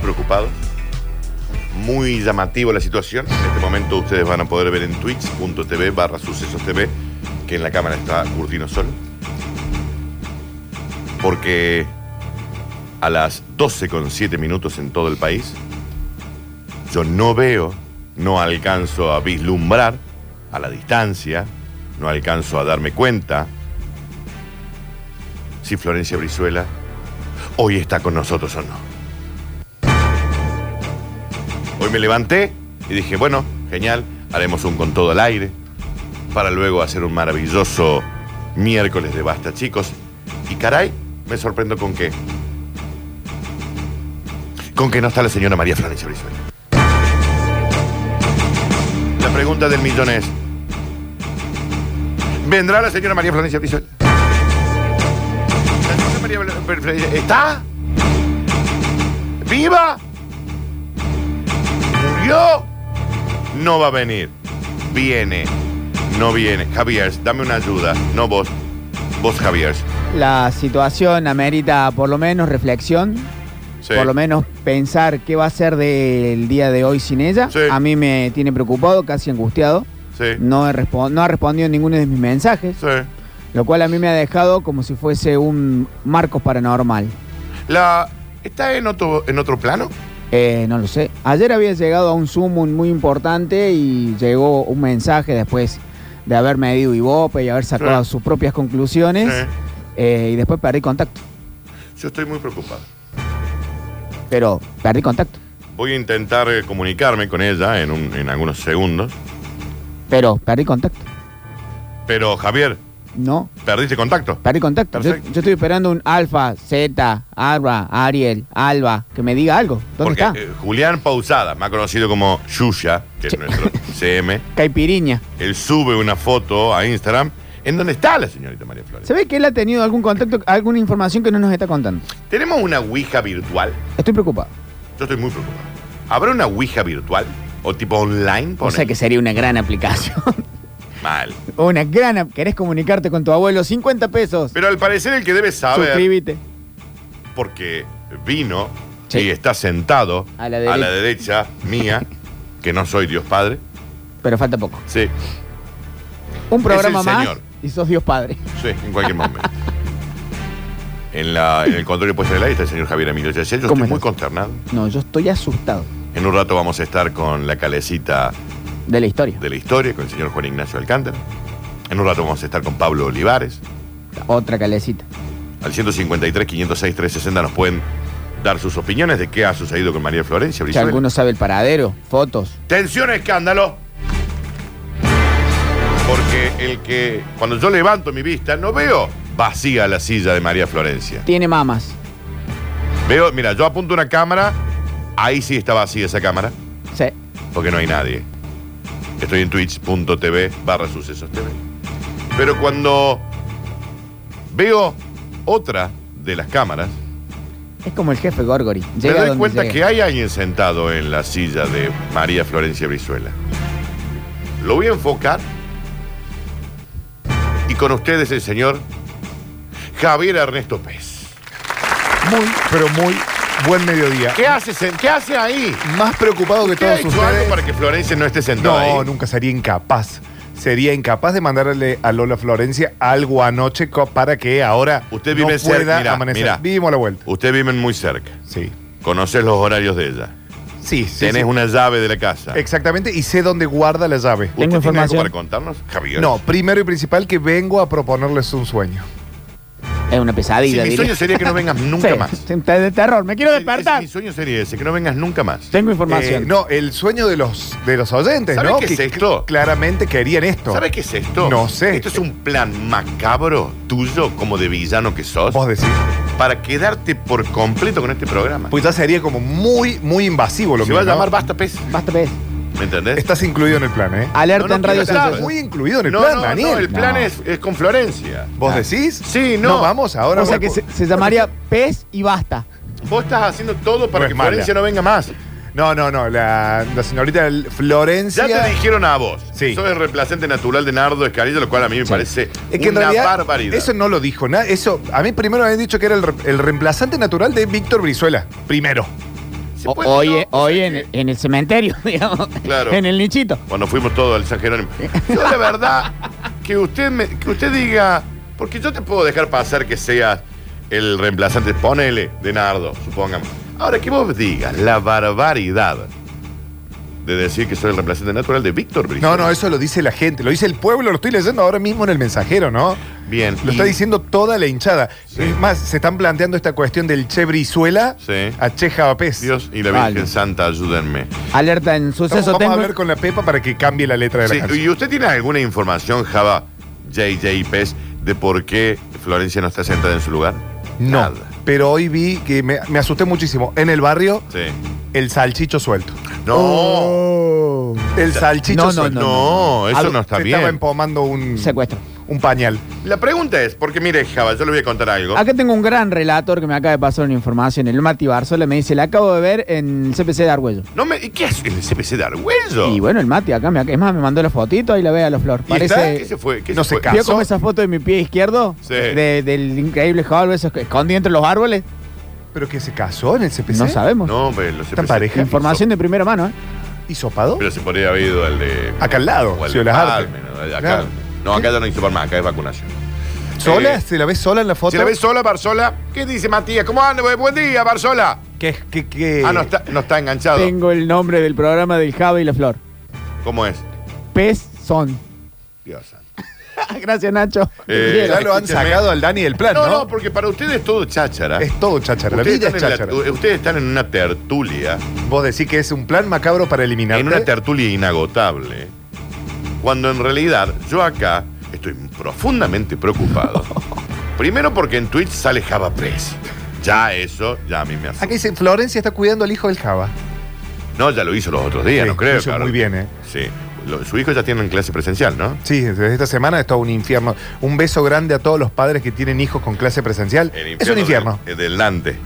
preocupado. Muy llamativo la situación. En este momento ustedes van a poder ver en twitch.tv barra sucesos TV que en la cámara está Curtino Sol. Porque a las 12.7 minutos en todo el país, yo no veo, no alcanzo a vislumbrar a la distancia, no alcanzo a darme cuenta si Florencia Brizuela hoy está con nosotros o no. Hoy me levanté y dije, bueno, genial, haremos un con todo al aire para luego hacer un maravilloso miércoles de basta, chicos. Y caray, me sorprendo con que con que no está la señora María Florencia Brizuela. La pregunta del millón es, ¿vendrá la señora María Florencia Brizuela? ¿La señora María Bla- Bla- Bla- ¿Está? ¿Viva? ¿Murió? No va a venir. Viene. No viene. Javier, dame una ayuda. No vos. Vos, Javier. La situación amerita por lo menos reflexión, Sí. por lo menos pensar qué va a ser del día de hoy sin ella. Sí. A mí me tiene preocupado, casi angustiado. Sí. No, he respon- no ha respondido ninguno de mis mensajes, Sí. lo cual a mí me ha dejado como si fuese un Marcos paranormal. La, ¿Está en otro, en otro plano? Eh, no lo sé. Ayer había llegado a un Zoom un muy importante y llegó un mensaje después de haber medido Ibope y haber sacado Sí. sus propias conclusiones Sí. eh, y después perdí contacto. Yo estoy muy preocupado. Pero perdí contacto. Voy a intentar eh, comunicarme con ella en, un- en algunos segundos. Pero perdí contacto. Pero, Javier, No, ¿perdiste contacto? perdí contacto. Yo, Perfecto. yo estoy esperando un Alfa, Z, Arba, Ariel, Alba, que me diga algo. ¿Dónde Porque está? eh, Julián Pausada, más conocido como Yuya, que es Sí. nuestro CM, Caipiriña. él sube una foto a Instagram en donde está la señorita María Flores. Se ve que él ha tenido algún contacto, alguna información que no nos está contando. Tenemos una Ouija virtual. Estoy preocupado. Yo estoy muy preocupado. ¿Habrá una Ouija virtual? ¿O tipo online? O sea pone? que sería una gran aplicación. Mal. una gran... ap- ¿Querés comunicarte con tu abuelo? 50 pesos. Pero al parecer el que debe saber... Suscríbete. porque vino Sí. y está sentado A la derecha. derecha mía, que no soy Dios Padre. Pero falta poco. Sí, Un programa el más señor. y sos Dios Padre. sí, en cualquier momento. En, la, en el control de puesta del aire está el señor Javier Emilio Yacel. Yo estoy ¿Cómo muy estás? consternado. No, yo estoy asustado En un rato vamos a estar con la calecita de la historia. de la historia, con el señor Juan Ignacio Alcántara. En un rato vamos a estar con Pablo Olivares. Otra calecita. Al 153, 506, 360 nos pueden dar sus opiniones de qué ha sucedido con María Florencia. Si Brizuela. alguno sabe el paradero, fotos. Tensión escándalo. Porque el que cuando yo levanto mi vista no veo vacía la silla de María Florencia. Tiene mamas. Veo, mira, yo apunto una cámara, ahí sí está vacía esa cámara, Sí. porque no hay nadie. Estoy en twitch.tv barra sucesos TV. Pero cuando veo otra de las cámaras, Es como el jefe Gorgori. me Llega doy donde cuenta llega. que hay alguien sentado en la silla de María Florencia Brizuela. Lo voy a enfocar y con ustedes el señor Javier Ernesto Pérez. Muy, pero muy buen mediodía. ¿Qué hace, sen- qué hace ahí? Más preocupado que ¿Qué ha todos hecho ustedes. algo para que Florencia no esté sentada No, ahí? nunca sería incapaz. Sería incapaz de mandarle a Lola Florencia algo anoche co- para que ahora Usted vive no cerca, pueda mira, amanecer. mira. Vivimos a la vuelta. Usted viven muy cerca. Sí. Conoces los horarios de ella. Sí, sí. Tenés sí. una llave de la casa. Exactamente, y sé dónde guarda la llave. ¿Usted Tengo tiene algo información. para contarnos, Javier? No, primero y principal que vengo a proponerles un sueño. Es una Si pesadilla, mi diría. sueño sería que no vengas nunca Sí, más. sí, te- de terror. Me quiero Si- despertar. Mi sueño sería ese, que no vengas nunca más. Tengo Eh, información. no, el sueño de los, de los oyentes, ¿Sabes ¿no? qué que es esto? claramente querían esto. ¿Sabes qué es esto? No sé. Esto es un plan macabro tuyo, como de villano que sos, Vos decís. para quedarte por completo con este programa. Pues ya sería como muy, muy invasivo lo Se mío, va a ¿no? llamar Basta Pez. Basta, pez. ¿Me entendés? Estás incluido en el plan, ¿eh? Alerta No, no en Radio quiero estar. Sucesos. muy incluido en Ah, no, el plan, no, Daniel. no, el plan No. Es, es con Florencia. ¿Vos Ah. decís? Sí, no. vamos ahora. O sea bueno, que se, por- se llamaría pez y basta. Vos estás haciendo todo para No es que mala. Florencia no venga más. No, no, no. La, la señorita Florencia. Ya te dijeron a vos. Sí. Sos el reemplacente natural de Nardo Escarilla, lo cual a mí me parece Es que en una realidad, barbaridad. Eso no lo dijo nada. Eso, a mí primero me habían dicho que era el, re- el reemplazante natural de Víctor Brizuela. Primero. se O- puede, hoy ¿no? eh, O hoy sea en, que en el cementerio, digamos. Claro. En el nichito. Cuando fuimos todos al San Jerónimo. Yo, la verdad, que usted, me- que usted diga, porque yo te puedo dejar pasar que seas el reemplazante, ponele, de Nardo, supongamos. Ahora, que vos digas la barbaridad de decir que soy el reemplazante natural de Víctor Brizuela. No, no, eso lo dice la gente, lo dice el pueblo, lo estoy leyendo ahora mismo en el mensajero, ¿no? Bien. Lo y- está diciendo toda la hinchada. Sí. Es más, se están planteando esta cuestión del Che Brizuela Sí. a Che Javapés. Dios y la Vale. Virgen Santa, ayúdenme. Alerta en Estamos- suceso. vamos a tengo- hablar con la Pepa para que cambie la letra de la Sí, canción. ¿Y usted tiene alguna información, Java JJ Pez, de por qué Florencia no está sentada en su lugar? No, Nada. pero hoy vi que me, me asusté muchísimo. En el barrio, Sí. el salchicho suelto. No. Oh. El salchicho No, no, suelto. No, no, no. eso Algo- no está Se bien. estaba empomando un, Secuestro. un pañal. La pregunta es, porque mire, Java, yo le voy a contar algo. Acá tengo un gran relator que me acaba de pasar una información. El Mati Barzola me dice, la acabo de ver en el CPC de Argüello. No me, ¿y ¿Qué hace el CPC de Argüello? Y bueno, el Mati acá, me, es más, me mandó la fotito, ahí la ve a la flor. ¿Y está? ¿Qué se fue? ¿Qué No se se fue? ca- ¿Vio ¿Pasó? como esa foto de mi pie izquierdo? Sí. De- del increíble Hall, eso que escondí entre los árboles. ¿Pero que se casó en el CPC? No sabemos. No, hombre, los ¿Están CPC pareja? Información de primera mano, ¿eh? ¿Hisopado? Pero se podría haber ido al de... Acá al lado, o al de Ciudad de las Artes. Palme, ¿no? Acá- Claro. no, acá ya no hizo para más, acá es vacunación. ¿Sola? Eh, ¿Se la ve sola en la foto? Si la ves sola, Barzola, ¿qué dice Matías? ¿Cómo anda? Bu- Buen día, Barzola. ¿Qué, qué, qué? Ah, no está, no está enganchado. Tengo el nombre del programa del Java y la Flor. ¿Cómo es? Pez son. Dios santo. Gracias, Nacho. Eh, Bien. Ya lo han Escúchame. sacado al Dani del plan, No, ¿no? no, porque para ustedes es todo cháchara. Es todo cháchara. La Ustedes vida es están, en la- cháchara. ustedes están en una tertulia, Vos decís que es un plan macabro para eliminar. en una tertulia inagotable, cuando en realidad yo acá estoy profundamente preocupado. Primero porque en Twitch sale Java Press. Ya eso, ya a mí me Acá hace. dice, Florencia está cuidando al hijo del Java. No, ya lo hizo los otros días, Sí, no creo. lo hizo claro. muy bien, ¿eh? Sí. Lo- su hijo ya tiene en clase presencial, ¿no? Sí, desde esta semana es todo un infierno. Un beso grande a todos los padres que tienen hijos con clase presencial. El es un infierno. Del, del Dante.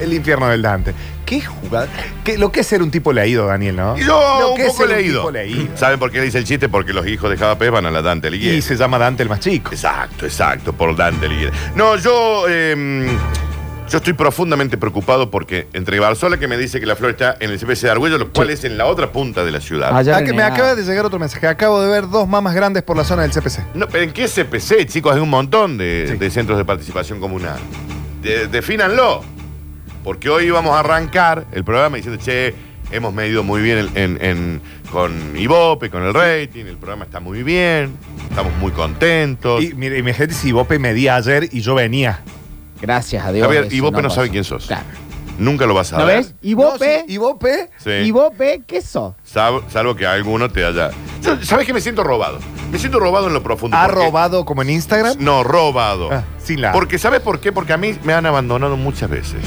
El infierno del Dante. Qué jugada. qué- lo que es ser un tipo leído, Daniel, ¿no? Y yo lo un que es poco ser leído. tipo leído. ¿Saben por qué le hice el chiste? Porque los hijos de Java Press van a la Dante Alighieri. Y se llama Dante el más chico. Exacto, exacto, por Dante Ligier. No, yo, eh, yo estoy profundamente preocupado porque entre Barzola, que me dice que la flor está en el CPC de Argüello, lo cual es en la otra punta de la ciudad. Allá Ah, que me renegado. acaba de llegar otro mensaje. Acabo de ver dos mamas grandes por la zona del CPC. No, pero ¿en qué CPC, chicos? Hay un montón de, Sí. de centros de participación comunal. De- defínanlo. Porque hoy vamos a arrancar el programa diciendo, che, hemos medido muy bien el- en- en- con Ibope, con el rating, el programa está muy bien, estamos muy contentos. Y mire, imagínate si Bope me di ayer y yo venía. Gracias a Dios. Javier, eso y vos que no pasó. sabe quién sos. Claro. Nunca lo vas a ¿No ver. ves? Y vos, No, sí, y Bope. Sí. ¿Y vos, pe? ¿Qué sos? Sal- salvo que alguno te haya. Yo- ¿Sabes que me siento robado? Me siento robado en lo profundo. ¿Ha porque- robado como en Instagram? No, robado. Ah, sin la. Porque, ¿sabes por qué? Porque a mí me han abandonado muchas veces.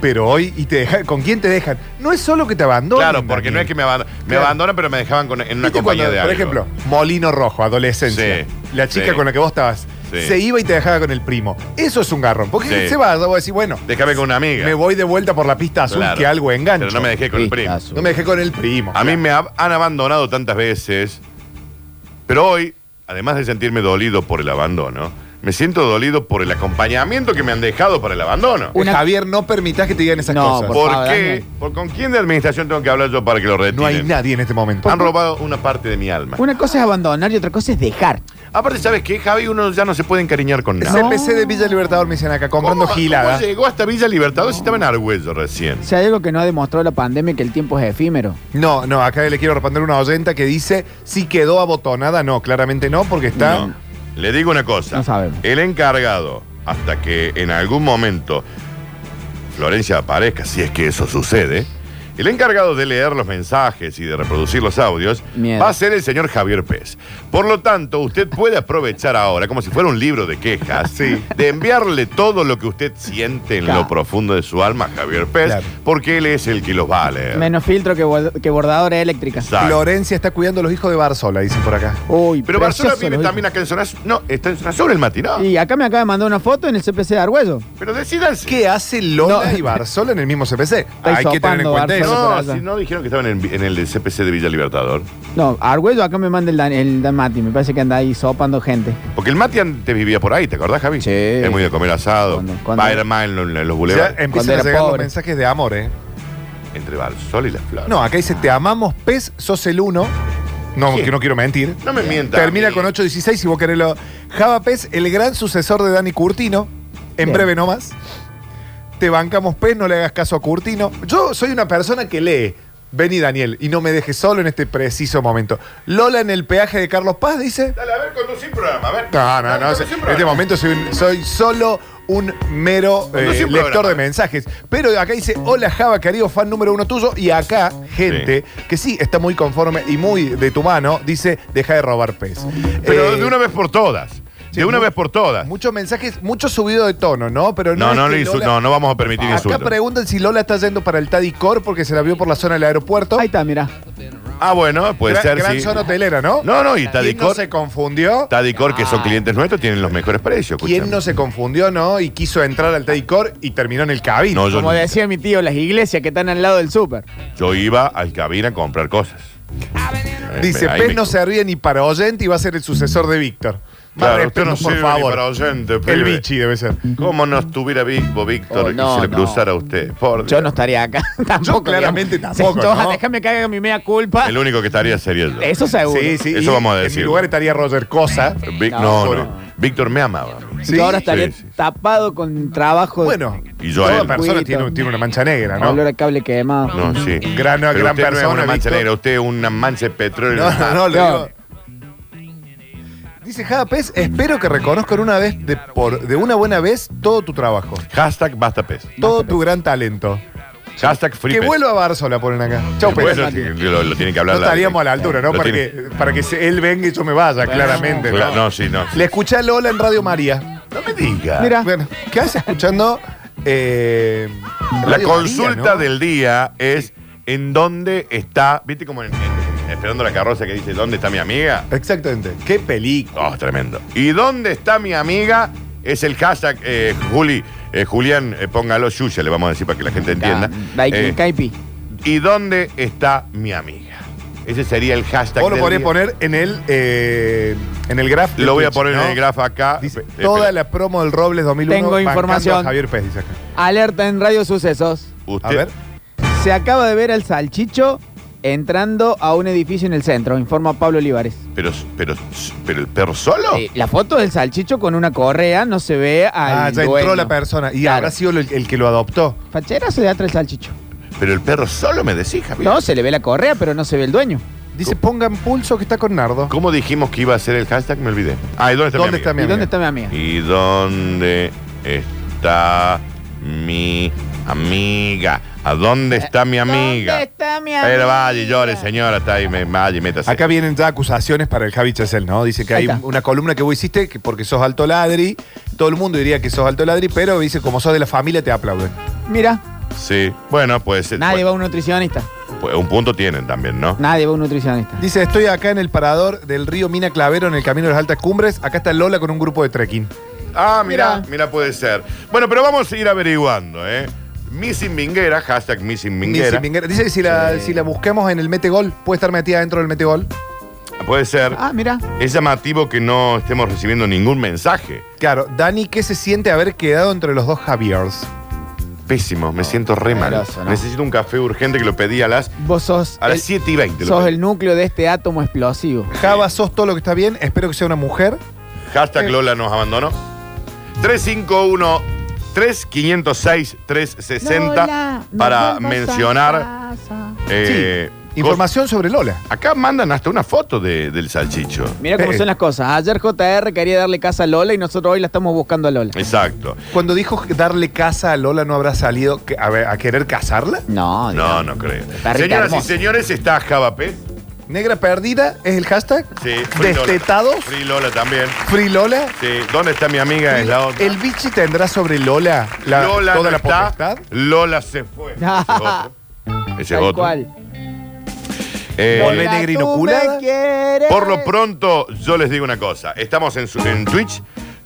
Pero hoy, y te deja- ¿con quién te dejan? No es solo que te abandonan. claro, porque no es que me abandonan. Me Claro. abandonan, pero me dejaban con- en una ¿Viste compañía cuando, de Por algo. ejemplo, Molino Rojo, adolescencia. Sí, la chica sí. con la que vos estabas. Sí. Se iba y te dejaba con el primo. Eso es un garrón. Porque Sí. se va, vos decís, bueno, Déjame con una amiga. me voy de vuelta por la pista azul Claro. que algo engancho. Pero no me dejé con el primo. Vistazo. No me dejé con el primo. A mí me ha- han abandonado tantas veces. Pero hoy, además de sentirme dolido por el abandono, me siento dolido por el acompañamiento que me han dejado para el abandono. Eh, Una- Javier, no permitás que te digan esas No, cosas. por- ¿Por favor, qué? Daniel. ¿Por con quién de administración tengo que hablar yo para que lo retiren? No hay nadie en este momento. Han robado una parte de mi alma. Una cosa es abandonar y otra cosa es dejar. Aparte, ¿sabes qué, Javi? Uno ya no se puede encariñar con nada. No. CPC de Villa Libertador me dicen acá, comprando ¿Cómo- gilada. cómo llegó hasta Villa Libertador si estaba en Argüello recién? Si hay algo que no ha demostrado la pandemia, que el tiempo es efímero. No, no, acá le quiero responder una oyenta que dice si quedó abotonada. No, claramente no, porque está. No. Le digo una cosa. No sabemos. El encargado, hasta que en algún momento Florencia aparezca, si es que eso sucede, el encargado de leer los mensajes y de reproducir los audios Miedo. va a ser el señor Javier Pérez. Por lo tanto, usted puede aprovechar ahora, como si fuera un libro de quejas, de enviarle todo lo que usted siente en Claro. lo profundo de su alma a Javier Pérez, Claro. porque él es el que los va a leer. Menos filtro que, bord- que bordadora eléctrica. Exacto. Florencia está cuidando a los hijos de Barzola, dicen por acá. Uy, Pero precioso Barcelona vive lo también acá en Zona Sur. No, está en Zona Sur el matinal. hizo. Y acá me acaba de mandar una foto en el CPC de Argüello. Pero decidanse. ¿Qué hace Lola No. y Barzola en el mismo CPC? Hay que tener en hisopando, cuenta Barzola. eso. No, por allá. si no dijeron que estaban en, en el CPC de Villa Libertador. No, Argüello acá me manda el Dan, el Dan Mati. Me parece que anda ahí sopando gente. Porque el Mati antes vivía por ahí, ¿te acordás, Javi? Sí. Es muy de comer asado. Cuando- cuando- Va a ir más en, lo- en los O sea, bulevares. empiezan Cuando a era llegar los pobre. mensajes de amor, ¿eh? entre Barzol y las flores. No, acá dice, te amamos, pez, sos el uno. No, Sí. que no quiero mentir. No me mientas. Termina con 8.16 si vos querés lo... Java Pez, el gran sucesor de Dani Curtino. En Bien. breve nomás. Te bancamos Pez, no le hagas caso a Curtino. Yo soy una persona que lee. Vení, Daniel, y no me dejes solo en este preciso momento. Lola en el peaje de Carlos Paz, dice. Dale, a ver, conducí programa, a ver. No, no, no. Conducí En programa. este momento soy, un- soy solo un mero Conducí eh, un programa. lector de mensajes. Pero acá dice, hola Java, querido fan número uno tuyo. Y acá, gente que sí está muy conforme y muy de tu mano, dice, deja de robar pez. Pero Eh, de una vez por todas. de una mu- vez por todas. Muchos mensajes, mucho subido de tono, ¿no? Pero No, es no, que le insu- Lola- no, no vamos a permitir Acá insultos. preguntan si Lola está yendo para el Tadicor porque se la vio por la zona del aeropuerto. Ahí está, mira. Ah, bueno, puede gran, ser, gran sí. zona hotelera, ¿no? No, no, y ¿Quién no Tadicor, se confundió? Tadicor, que son clientes nuestros, tienen los mejores precios. ¿Quién escuchame. no se confundió, no? Y quiso entrar al Tadicor y terminó en el cabino. No, yo, Como nunca. decía mi tío, las iglesias que están al lado del súper. Yo iba al cabina a comprar cosas. Dice, Eh, Ahí Pez me- no se ríe ni para oyente y va a ser el sucesor de Víctor. Más Claro, usted respeto, no por sirve ni favor. para oyente, pibe. el bichi debe ser. ¿Cómo no estuviera vivo Víctor Oh, y no, se le no. cruzara a usted? Por Yo Dios. no estaría acá. tampoco, claramente digamos. tampoco, Se antoja, ¿no? Déjame que haga mi mea culpa. El único que estaría sería yo. Eso seguro. Sí, sí. Eso y vamos a En mi decirlo. lugar estaría Roger Cosa. Vic- No, no, sobre- no. Víctor me amaba. Sí, yo ahora estaría sí, sí. tapado con trabajo. Bueno, Y yo a toda él. persona Cuito. tiene, tiene una mancha negra, ¿no? Olor a cable quemado. No, sí. Gran- Pero gran usted No persona, es una mancha Víctor. negra, usted es una mancha de petróleo. No, no, no, lo No. digo. Dice Jada Pez, espero que reconozcan una vez, de, por, de una buena vez, todo tu trabajo, Hashtag basta pez. todo tu gran talento. Hashtag free Que pez. vuelva a Barzola, ponen acá. Chau, Bueno, Pez. sí, lo, lo tiene que No hablar. la- estaríamos a la altura, ¿no? Lo Para tiene- que, para que se- él venga y yo me vaya, claramente. Cla- ¿no? No, sí, no. Le escuché a Lola en Radio María. No me Ah, diga. Mira. Bueno, ¿qué hace escuchando? eh, La Radio consulta María, ¿no? del día es en dónde está, viste como en- en- esperando la carroza que dice, ¿dónde está mi amiga? Exactamente. Qué película. Oh, tremendo. ¿Y dónde está mi amiga? Es el hashtag, eh, Juli, eh, Julián, eh, póngalo Yuya, le vamos a decir para que la gente entienda. Eh, Caipi. ¿Y dónde está mi amiga? Ese sería el hashtag. Vos lo del podés día. poner en el, eh, en el graph. de Lo voy a Twitch, poner ¿no? en el grafo acá. Dice, Pe- toda espera. la promo del Robles 2001. Tengo bancando información. a Javier Pérez dice acá. Alerta en Radio Sucesos. Usted- A ver. Se acaba de ver al salchicho entrando a un edificio en el centro, informa Pablo Olivares. Pero, pero, pero el perro solo. Eh, la foto del salchicho con una correa no se ve al Ah, ya entró dueño. la persona. Y Claro. habrá sido el, el que lo adoptó. Fachera se de atrás el salchicho. Pero el perro solo me decís, Javier. No, se le ve la correa, pero no se ve el dueño. Dice, pongan pulso que está con Nardo. ¿Cómo dijimos que iba a ser el hashtag? Me olvidé. Ah, ¿y dónde está ¿Dónde mi amiga? Mi ¿Y amiga. dónde está mi amiga? ¿Y dónde está mi amiga? ¿A dónde está mi amiga? Eh, ¿Dónde está mi Pero amiga? vaya y llore, señora. Está ahí, me- vaya y métase. Acá vienen ya acusaciones para el Javi Chesel, ¿no? Dice que Ahí hay está. una columna que vos hiciste que porque sos alto ladri. Todo el mundo diría que sos alto ladri, pero dice, como sos de la familia, te aplauden. Mira, Sí. Bueno, pues, eh, nadie va pues, a un nutricionista. pues, un punto tienen también, ¿no? Nadie va a un nutricionista. Dice, estoy acá en el parador del río Mina Clavero, en el camino de las altas cumbres. Acá está Lola con un grupo de trekking. Ah, mira, Mirá. mira, puede ser. Bueno, pero vamos a ir averiguando, ¿eh? Missing Minguera, hashtag Missing Minguera. Dice, Minguera- dice, si la, si la busquemos en el metegol, puede estar metida dentro del metegol. Puede ser. Ah, mira. Es llamativo que no estemos recibiendo ningún mensaje. Claro, Dani, ¿qué se siente haber quedado entre los dos Javiers? Pésimo, me siento re mal. poderoso, ¿no? Necesito un café urgente que lo pedí a las, Vos sos a las el, 7 y 20. sos el núcleo de este átomo explosivo. Java, sos todo lo que está bien, espero que sea una mujer. Hashtag Lola nos abandonó. 351 3506 360 para mencionar. eh, Sí, información sobre Lola. cos- Acá mandan hasta una foto de- del salchicho. Mira cómo Eh. son las cosas. Ayer JR quería darle casa a Lola y nosotros hoy la estamos buscando a Lola. Exacto. Cuando dijo que darle casa a Lola, ¿no habrá salido que- a, ver, a querer casarla? No, No, digamos. no creo. Perrita Señoras y hermosa. señores, está Javapé. Negra perdida es el hashtag. Sí, Free Lola. Destetados. Free Lola también. Free Lola. Sí, ¿dónde está mi amiga? Es la otra. El bichi tendrá sobre Lola, la- Lola toda no la está, potestad. Lola se fue. Ese es otro. Ese es Tal otro. cual. Eh, Volvé negra tú inoculada. me quieres. por lo pronto, yo les digo una cosa. Estamos en, su- en Twitch,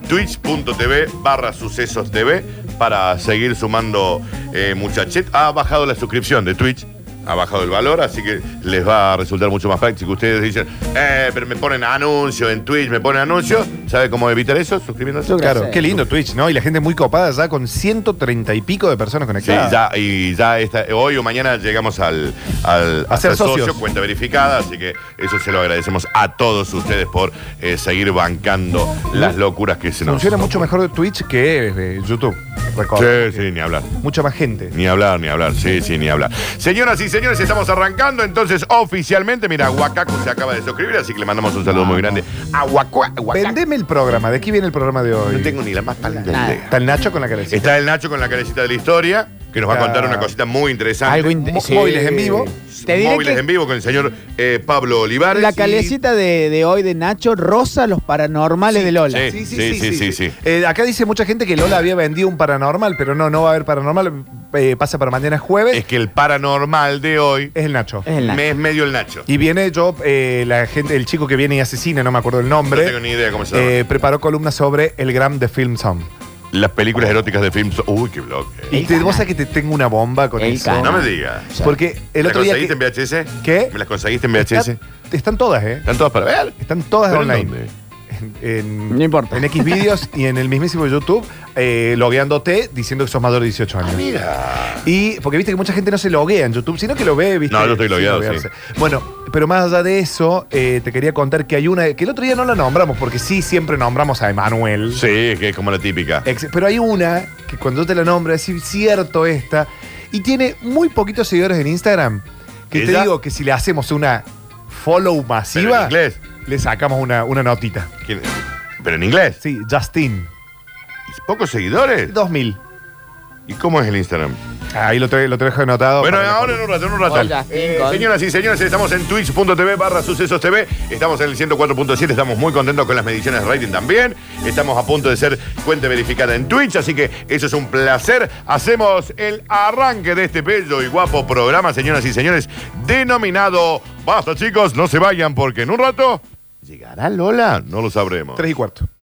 twitch.tv barra sucesos TV para seguir sumando eh, muchachet. Ha bajado la suscripción de Twitch. ha bajado el valor, así que les va a resultar mucho más práctico. Ustedes dicen, eh, pero me ponen anuncios en Twitch, me ponen anuncios. ¿Sabe cómo evitar eso? Suscribiéndose. Yo creo Claro, Sí. qué lindo Twitch, ¿no? Y la gente muy copada ya con 130 y pico de Sí, personas conectadas. ya, y ya está, hoy o mañana llegamos al, al A ser al socio, socios. cuenta verificada, así que eso se lo agradecemos a todos ustedes por eh, seguir bancando las locuras que se nos Funciona mucho mejor de Twitch que eh, YouTube. Recuerdo. Sí, sí, ni hablar. Mucha más gente. Ni hablar, ni hablar, sí, sí, ni hablar. Señoras y señores, estamos arrancando entonces oficialmente. Mira, Huacaco se acaba de suscribir, así que le mandamos un saludo muy grande a Huacua- Huacaco. Vendeme el programa. ¿De qué viene el programa de hoy? No tengo ni la más pálida Nada. idea. Está el Nacho con la cabeza. Está el Nacho con la carecita de la historia, que nos va a contar una cosita muy interesante. Algo in- Mo- sí. móviles en vivo. Te diré Móviles que- en vivo con el señor eh, Pablo Olivares. La Y- calecita de, de hoy de Nacho rosa los paranormales de Lola. Sí, sí, sí, sí. Eh, acá dice mucha gente que Lola había vendido un paranormal, pero no, no va a haber paranormal. Eh, pasa para mañana jueves. Es que el paranormal de hoy Es el Nacho. Es el Nacho. me es medio el Nacho. Y viene yo, eh, la gente, el chico que viene y asesina, no me acuerdo el No nombre. tengo ni idea cómo se llama. eh, preparó columnas sobre el Gram de Film Song. Las películas eróticas de films. Uy, qué bloque. Y El te, vos canal. sabés que te tengo una bomba con El eso. canal. No me digas. Porque el ¿Me otro día. conseguiste que- en VHS? ¿Qué? ¿Me las conseguiste en VHS? Está- están todas, ¿eh? ¿Están todas para ver? Están todas ¿Pero en online. dónde? En, No importa. En X videos y en el mismísimo YouTube, eh, logueándote diciendo que sos mayor de 18 años. Ah, Mira. Y porque viste que mucha gente no se loguea en YouTube, sino que lo ve, viste. No, yo estoy sin logueado, loguearse. Bueno, pero más allá de eso, eh, te quería contar que hay una que el otro día no la nombramos, porque sí siempre nombramos a Emanuel. Sí, es que es como la típica. Ex- Pero hay una que cuando yo te la nombro es cierto esta y tiene muy poquitos seguidores en Instagram. Que te ¿Ella? digo que si le hacemos una follow ¿Pero en masiva, inglés? le sacamos una, una notita. ¿Quién es? ¿Pero en inglés? Sí, Justin. ¿Pocos seguidores? 2000. ¿Y cómo es el Instagram? Ahí lo, te lo dejo anotado. Bueno, para- ahora en un rato, en un rato. Hola, Justin, Eh, con- señoras y señores, estamos en twitch.tv barra sucesos TV. Estamos en el 104.7, estamos muy contentos con las mediciones de rating también. Estamos a punto de ser fuente verificada en Twitch, así que eso es un placer. Hacemos el arranque de este bello y guapo programa, señoras y señores, denominado Basta chicos, no se vayan porque en un rato... ¿Llegará Lola? No lo sabremos. Tres y cuarto.